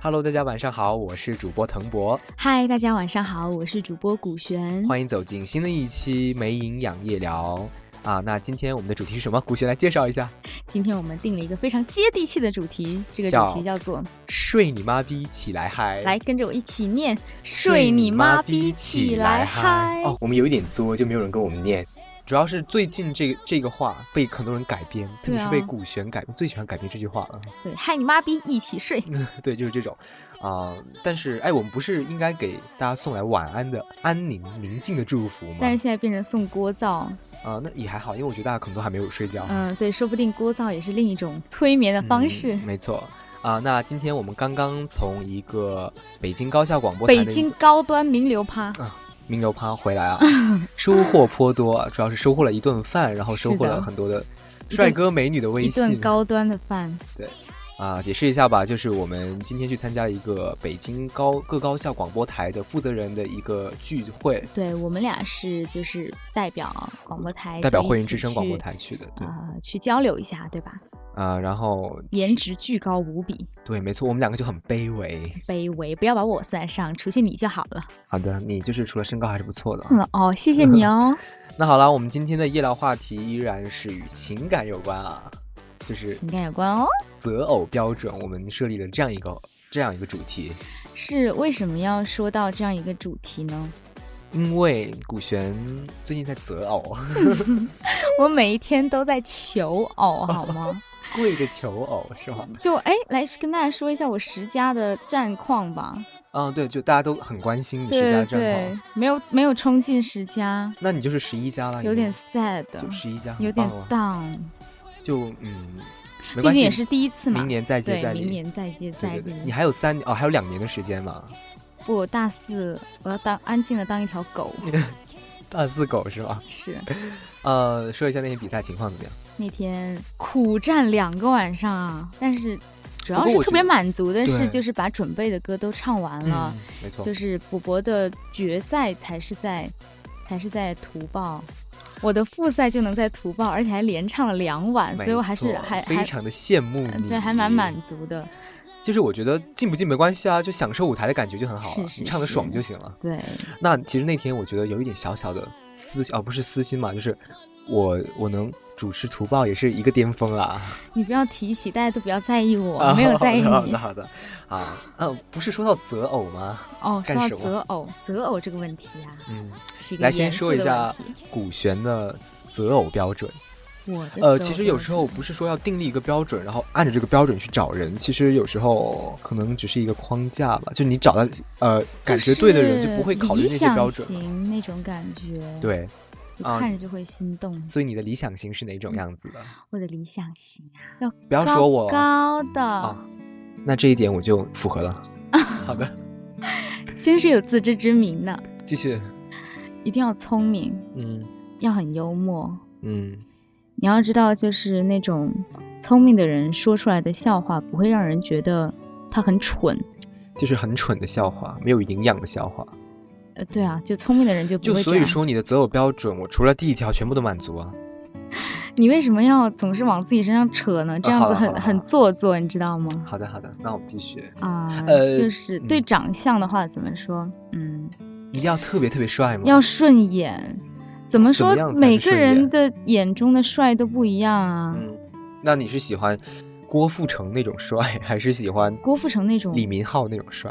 Hello，大家晚上好，我是主播腾博，嗨，大家晚上好，我是主播古璇。欢迎走进新的一期《没营养夜聊》啊。那今天我们的主题是什么？古璇来介绍一下。今天我们定了一个非常接地气的主题，这个叫哎主题叫做睡你妈逼，起来嗨！ “来，跟着我一起念，睡你妈逼起来嗨哦，我们有一点作，就没有人跟我们念。主要是最近这个这个话被很多人改编，特别是对啊被古璇改编，最喜欢改编这句话了。”， 对，嗨你妈逼一起睡。对，就是这种，啊、但是哎，我们不是应该给大家送来晚安的安宁宁静的祝福吗？但是现在变成送锅灶，啊、那也还好，因为我觉得大家可能都还没有睡觉。嗯、对，说不定锅灶也是另一种催眠的方式。嗯没错啊、那今天我们刚刚从一个北京高校广播台北的京高端名流趴，名流趴回 来啊，收获颇多，主要是收获了一顿饭，然后收是获的了很多的一帅顿哥美女的微一顿信。高端的饭，啊，解释一下吧，就是我们今天去参加一个北京高各高校广播台的负责人的一个聚会，对我们俩是就是代表广播台，代表就一汇云起之声广播去台去的，对啊、啊啊、去交流一下，对吧？然后颜值巨高无比，对，没错，我们两个就很卑微。卑微，不要把我算上，除去你就好了。好的，你就是除了身高还是不错 的啊。嗯哦，谢谢你哦。那好啦，我们今天的夜聊话题依然是与情感有关啊，就是 情感有关哦，择偶标准，我们设立了这样一个这样一个主题，是为什么要说到这样一个主题呢？因为古璇最近在择偶， 我每一天都在求偶，好吗？ 跪着求偶是吗？就哎，来跟大家说一下我十佳的战况吧。嗯，对，就大家都很关心你十对佳对战对况，，没有没有冲进十佳，那你就是十一家了，有已点经 sad，就十一家，有很点棒了， down，就嗯，没毕关竟系，也是第一次嘛明。年再接对，再厉。明年再接对再对厉对，。你还有三哦，还有两年的时间嘛？不，大四我要当安静的当一条狗。大四狗是吧？是。呃，说一下那天比赛情况怎么样？那天苦战两个晚上啊，但是主不要过是我特觉别得满足的对是，就是把准备的歌都唱完了嗯。，没错，就是博博的决赛才是在，才是在图报，我的复赛就能在图报，而且还连唱了两晚，所以没我还是错还非还常的羡慕呃你，对还蛮满。足的。就是我觉得进不进没关系啊，就享受舞台的感觉就很好了，是是你唱的是爽就行了。对，那其实那天我觉得有一点小小的私心，哦，不是私心嘛，就是我我能主持图报也是一个巅峰啦。你不要提起，大家都不要在意 我，啊没有在意好的你。好的好的啊，呃，不是说到择偶吗？哦，说干到什么择偶，择偶这个问题啊，嗯，是一个来先严肃说一的下问题古璇的择偶标准。我的呃，择其偶实有标时准候不是说要定立一个标准，然后按照这个标准去找人。其实有时候可能只是一个框架吧，就你找到呃感觉对的人，就不会考虑那些标准嗯理想了。型那种感觉，，对，就啊看着就会心动。所以你的理想型是哪种样子的？我的理想型啊，不要说我高高的，啊，那这一点我就符合 了。好的，真是有自知之明呢。继续。一定要聪明，嗯要很幽默。嗯，你要知道，就是那种聪明的人说出来的笑话，不会让人觉得他很蠢。就是很蠢的笑话，没有营养的笑话。呃，对啊，就聪明的人就不就会所这以样。说你的择偶标准，我除了第一条全部都满足啊。你为什么要总是往自己身上扯呢？这样啊好子了很、好了很好了做作，你知道吗？好的好的，那我们继续。啊、呃就是对嗯长相的话，怎么说？嗯，一定要特别特别帅吗？要顺眼。怎么说怎么样才？是每个顺眼人的眼中的帅都不一样啊。嗯，那你是喜欢郭富城那种帅，还是喜欢郭富城那种李明浩那种帅？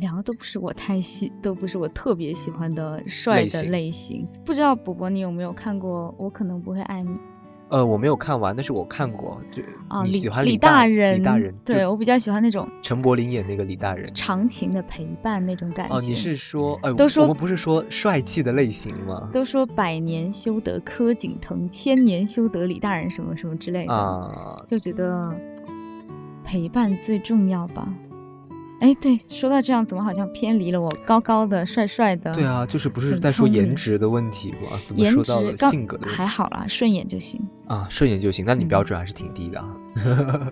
两个都不是我太喜，都不是我特别喜欢的帅类的型类型。不知道伯伯你有没有看过《我可能不会爱你》呃，我没有看完，但是我看过。就啊？你李喜欢李大人，李大人就对我比较喜欢那种陈柏霖演那个李大人。长情的陪伴那种感觉。哦，你是说，哎，都我说我们不是说帅气的类型吗？都说百年修得柯景腾，千年修得李大人什么什么之类的，啊，就觉得陪伴最重要吧。哎，对，说到这样，怎么好像偏离了我高高的、帅帅的？对啊，就是不是很在说聪颜明值的问题吗？怎么颜说值到了高性格的问题还好啦，顺眼就行。啊？顺眼就行，那你嗯标准还是挺低的啊。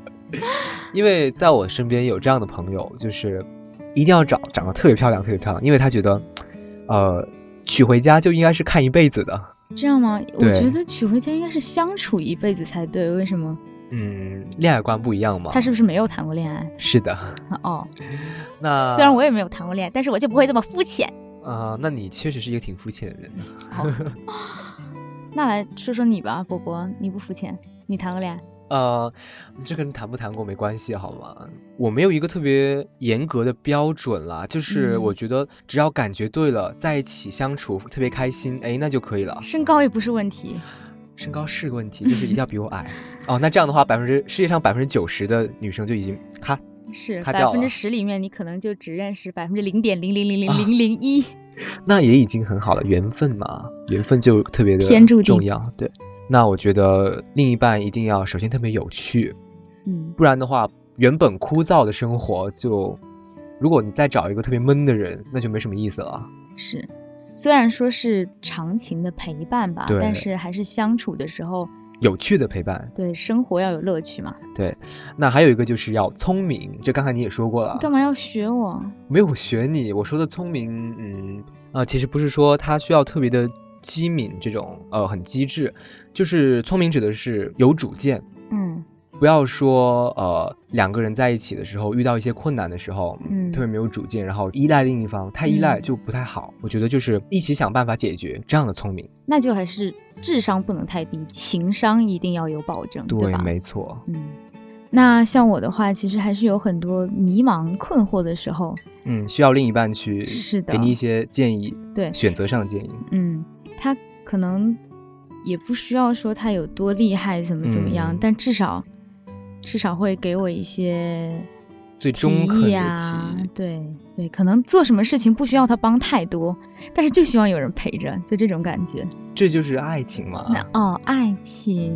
因为在我身边有这样的朋友，就是一定要找长得特别漂亮、特别漂亮，因为他觉得，呃，娶回家就应该是看一辈子的。这样吗？我对觉得娶回家应该是相处一辈子才对，为什么？嗯，恋爱观不一样嘛。他是不是没有谈过恋爱？ 是的，哦，那虽然我也没有谈过恋爱，但是我就不会这么肤浅。啊、那你确实是一个挺肤浅的人。那来说说你吧，波波，你不肤浅，你谈过恋爱？呃，这跟谈不谈过没关系，好吗？我没有一个特别严格的标准啦，就是嗯我觉得只要感觉对了，在一起相处特别开心，哎，那就可以了。身高也不是问题，身高是个问题，就是一定要比我 矮哦。那这样的话，百分之世界上百分之九十的女生就已经哈，是他百掉分了啊之十里面，你可能就只认识百分之零点零零零零零零一。那也已经很好了。缘分嘛，缘分就特别的天注定重要。对，那我觉得另一半一定要首先特别有趣，嗯，不然的话，原本枯燥的生活就，如果你再找一个特别闷的人，那就没什么意思了。是。虽然说是长情的陪伴吧对，但是还是相处的时候，有趣的陪伴，对生活要有乐趣嘛。那还有一个就是要聪明，就刚才你也说过了你，干嘛要学我？没有学你我说的聪明，嗯啊、其实不是说他需要特别的机敏这种，呃，很机智，就是聪明指的是有主见，嗯不要说呃两个人在一起的时候遇到一些困难的时候，嗯特别没有主见，然后依赖另一方，太依赖嗯就不太好。我觉得就是一起想办法解决这样的聪明，那就还是智商不能太低，情商一定要有保证，对吧？没错，嗯，那像我的话，其实还是有很多迷茫、困惑的时候。嗯，需要另一半去是的给你一些建议，对选择上的建议，嗯，他可能也不需要说他有多厉害，怎么怎么样，嗯但至少至少会给我一些最中肯提的议提啊议。，对对，可能做什么事情不需要他帮太多，但是就希望有人陪着，就这种感觉。这就是爱情嘛。那哦，爱情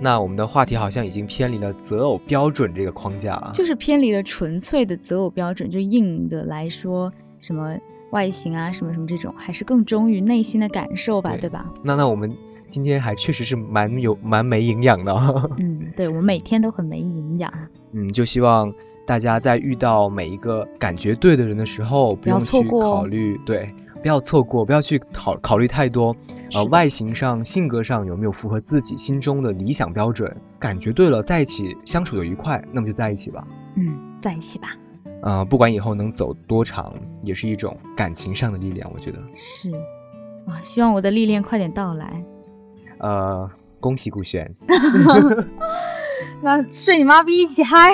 那我们的话题好像已经偏离了择偶标准这个框架啊。就是偏离了纯粹的择偶标准，就硬的来说，什么外形啊，什么什么这种，还是更忠于内心的感受吧，对对吧？那那我们今天还确实是蛮有蛮没营养的、 啊。嗯，对我每天都很没营养，啊嗯，就希望大家在遇到每一个感觉对的人的时候，不要用错去过哦考虑，对，不要错过，不要去考考虑太多，是呃，的外形上、性格上有没有符合自己心中的理想标准，感觉对了，在一起相处的愉快，那么就在一起吧。嗯，在一起吧。呃，不管以后能走多长，也是一种感情上的力量，我觉得。是，啊，希望我的历练快点到来。呃，恭喜顾璇，那睡你妈逼一起嗨！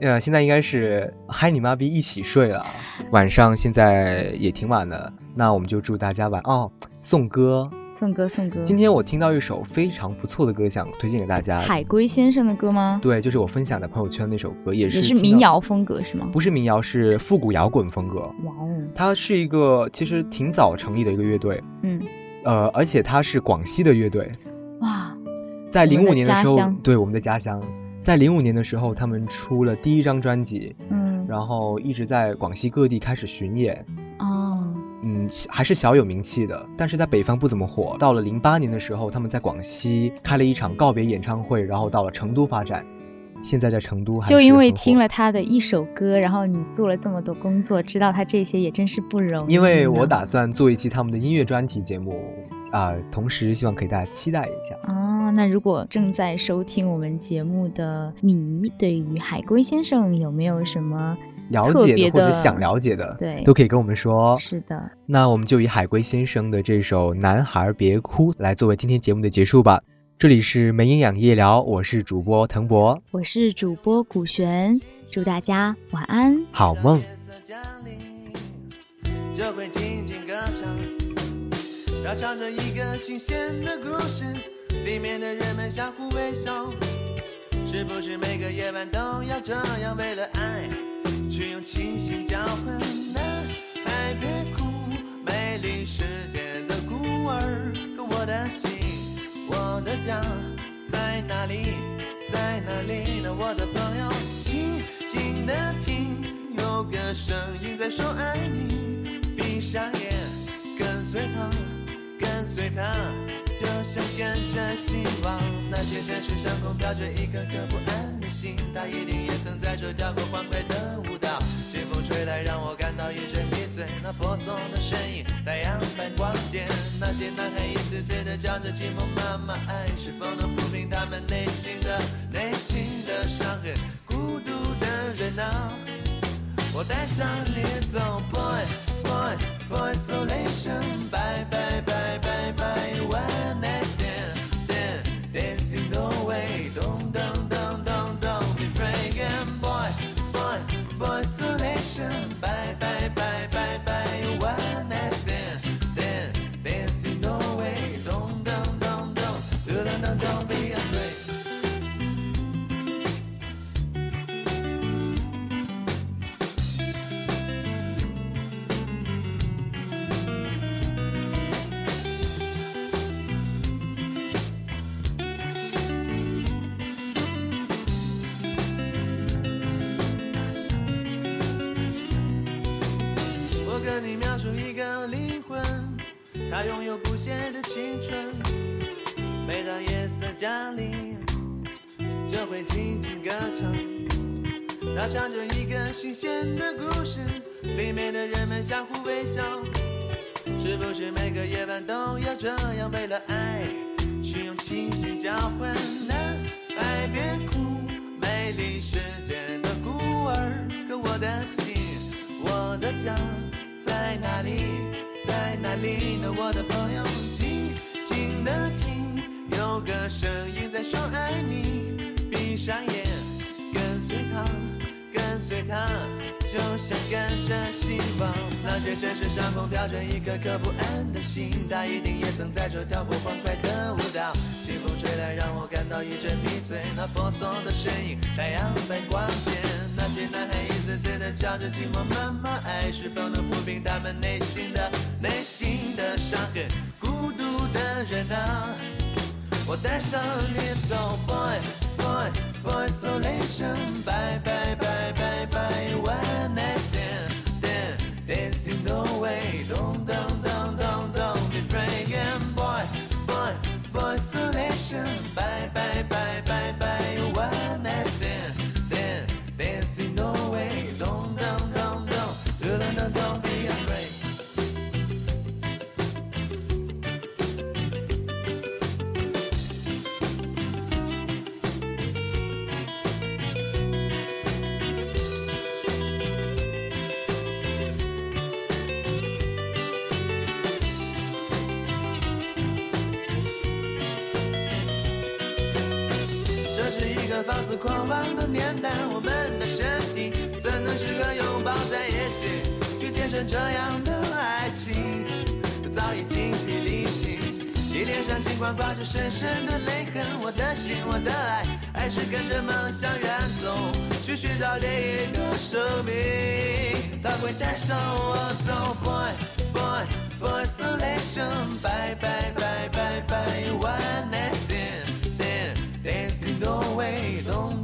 呃，现在应该是嗨你妈逼一起睡了，啊晚上现在也挺晚的，那我们就祝大家晚哦，送歌。宋哥，宋哥，今天我听到一首非常不错的歌，想推荐给大家。海龟先生的歌吗？对，就是我分享的朋友圈那首歌，也也是是听到民，谣风格是吗？不是民谣，是复古摇滚风格。哇哦，它是一个其实挺早成立的一个乐队，嗯，呃，而且它是广西的乐队，哇，在我零们五的年的家时候乡，对我们的家乡，在零五年的时候，他们出了第一张专辑，嗯，然后一直在广西各地开始巡演，哦，嗯，还是小有名气的，但是在北方不怎么火。到了零八年的时候，他们在广西开了一场告别演唱会，然后到了成都发展，现在在成都还就是因为很火听，了他的一首歌，然后你做了这么多工作，知道他这些也真是不容易。因为我打算做一期他们的音乐专题节目啊、同时希望给大家期待一下。啊，那如果正在收听我们节目的你，对于海龟先生有没有什么了特解别的或者的想了解的，对都可以跟我们说。是的，那我们就以海龟先生的这首《男孩别哭》来作为今天节目的结束吧。这里是没营养夜聊，我是主播腾博，我是主播古璇，祝大家晚安。好梦。夜色降临，就会轻轻歌唱，要唱着一个新鲜的故事，里面的人们相互微笑。是不是每个夜晚都要这样？为了爱，去用清醒交换？男孩别哭，美丽世界的孤儿，可我的心，我的家在哪里？在哪里呢？我的朋友，轻轻的听，有个声音在说爱你。闭上眼，跟随他，跟随他，就像跟着希望。那些城市上空飘着一颗颗不安的心，他一定也曾在这跳过欢快的舞蹈。清风吹来，让我感到一阵迷醉。那那婆娑的身影，太阳在光间，那些男孩一次次的叫着寂寞妈妈爱，是否能抚平他们内心的内心的伤痕？孤独的人啊，我带上你走，boy boy boy isolation，拜拜拜拜拜，one night stand stand dancing the way，咚咚咚咚咚，be frank and boy boy boy isolation，拜拜拜拜拜，one night stand stand dancing the way，咚咚咚咚，咚咚咚咚，be afraid。我跟你描述一个灵魂，它拥有不懈的青春。每当夜色降临，就会轻轻歌唱。它唱着一个新鲜的故事，里面的人们相互微笑。是不是每个夜晚都要这样？为了爱，去用清醒交换。男孩别哭，美丽世界的孤儿。可我的心，我的家在哪里？在哪里呢？我的朋友，静静的听，有个声音在说爱你。闭上眼，跟随它，跟随它，就像跟着希望。那些城市上空飘着一颗颗不安的心，它一定也曾在这跳过欢快的舞蹈。清风吹来，让我感到一阵迷醉。那婆娑的身影，太阳被光线。那些男孩一次次的叫着寂寞妈妈爱，是否能抚平他们内心的内心的伤痕？孤独的人啊，我带上你走，boy boy boy isolation，拜拜拜拜拜，one night stand then dancing the way，咚咚咚咚咚，be frank and boy boy boy isolation，拜拜拜拜拜，one night stand then dancing the way，咚咚咚咚，咚咚咚咚，be afraid。这是一个放肆狂妄的年代，我们的身体怎能时刻拥抱在一起，去见证这样的爱情？早已精疲力尽，你脸上尽管挂着深深的泪痕，我的心，我的爱，还是跟着梦想远走，去寻找另一个生命。他会带上我走，boy boy boy isolation，拜拜拜拜拜，one night stand。dancing the way，咚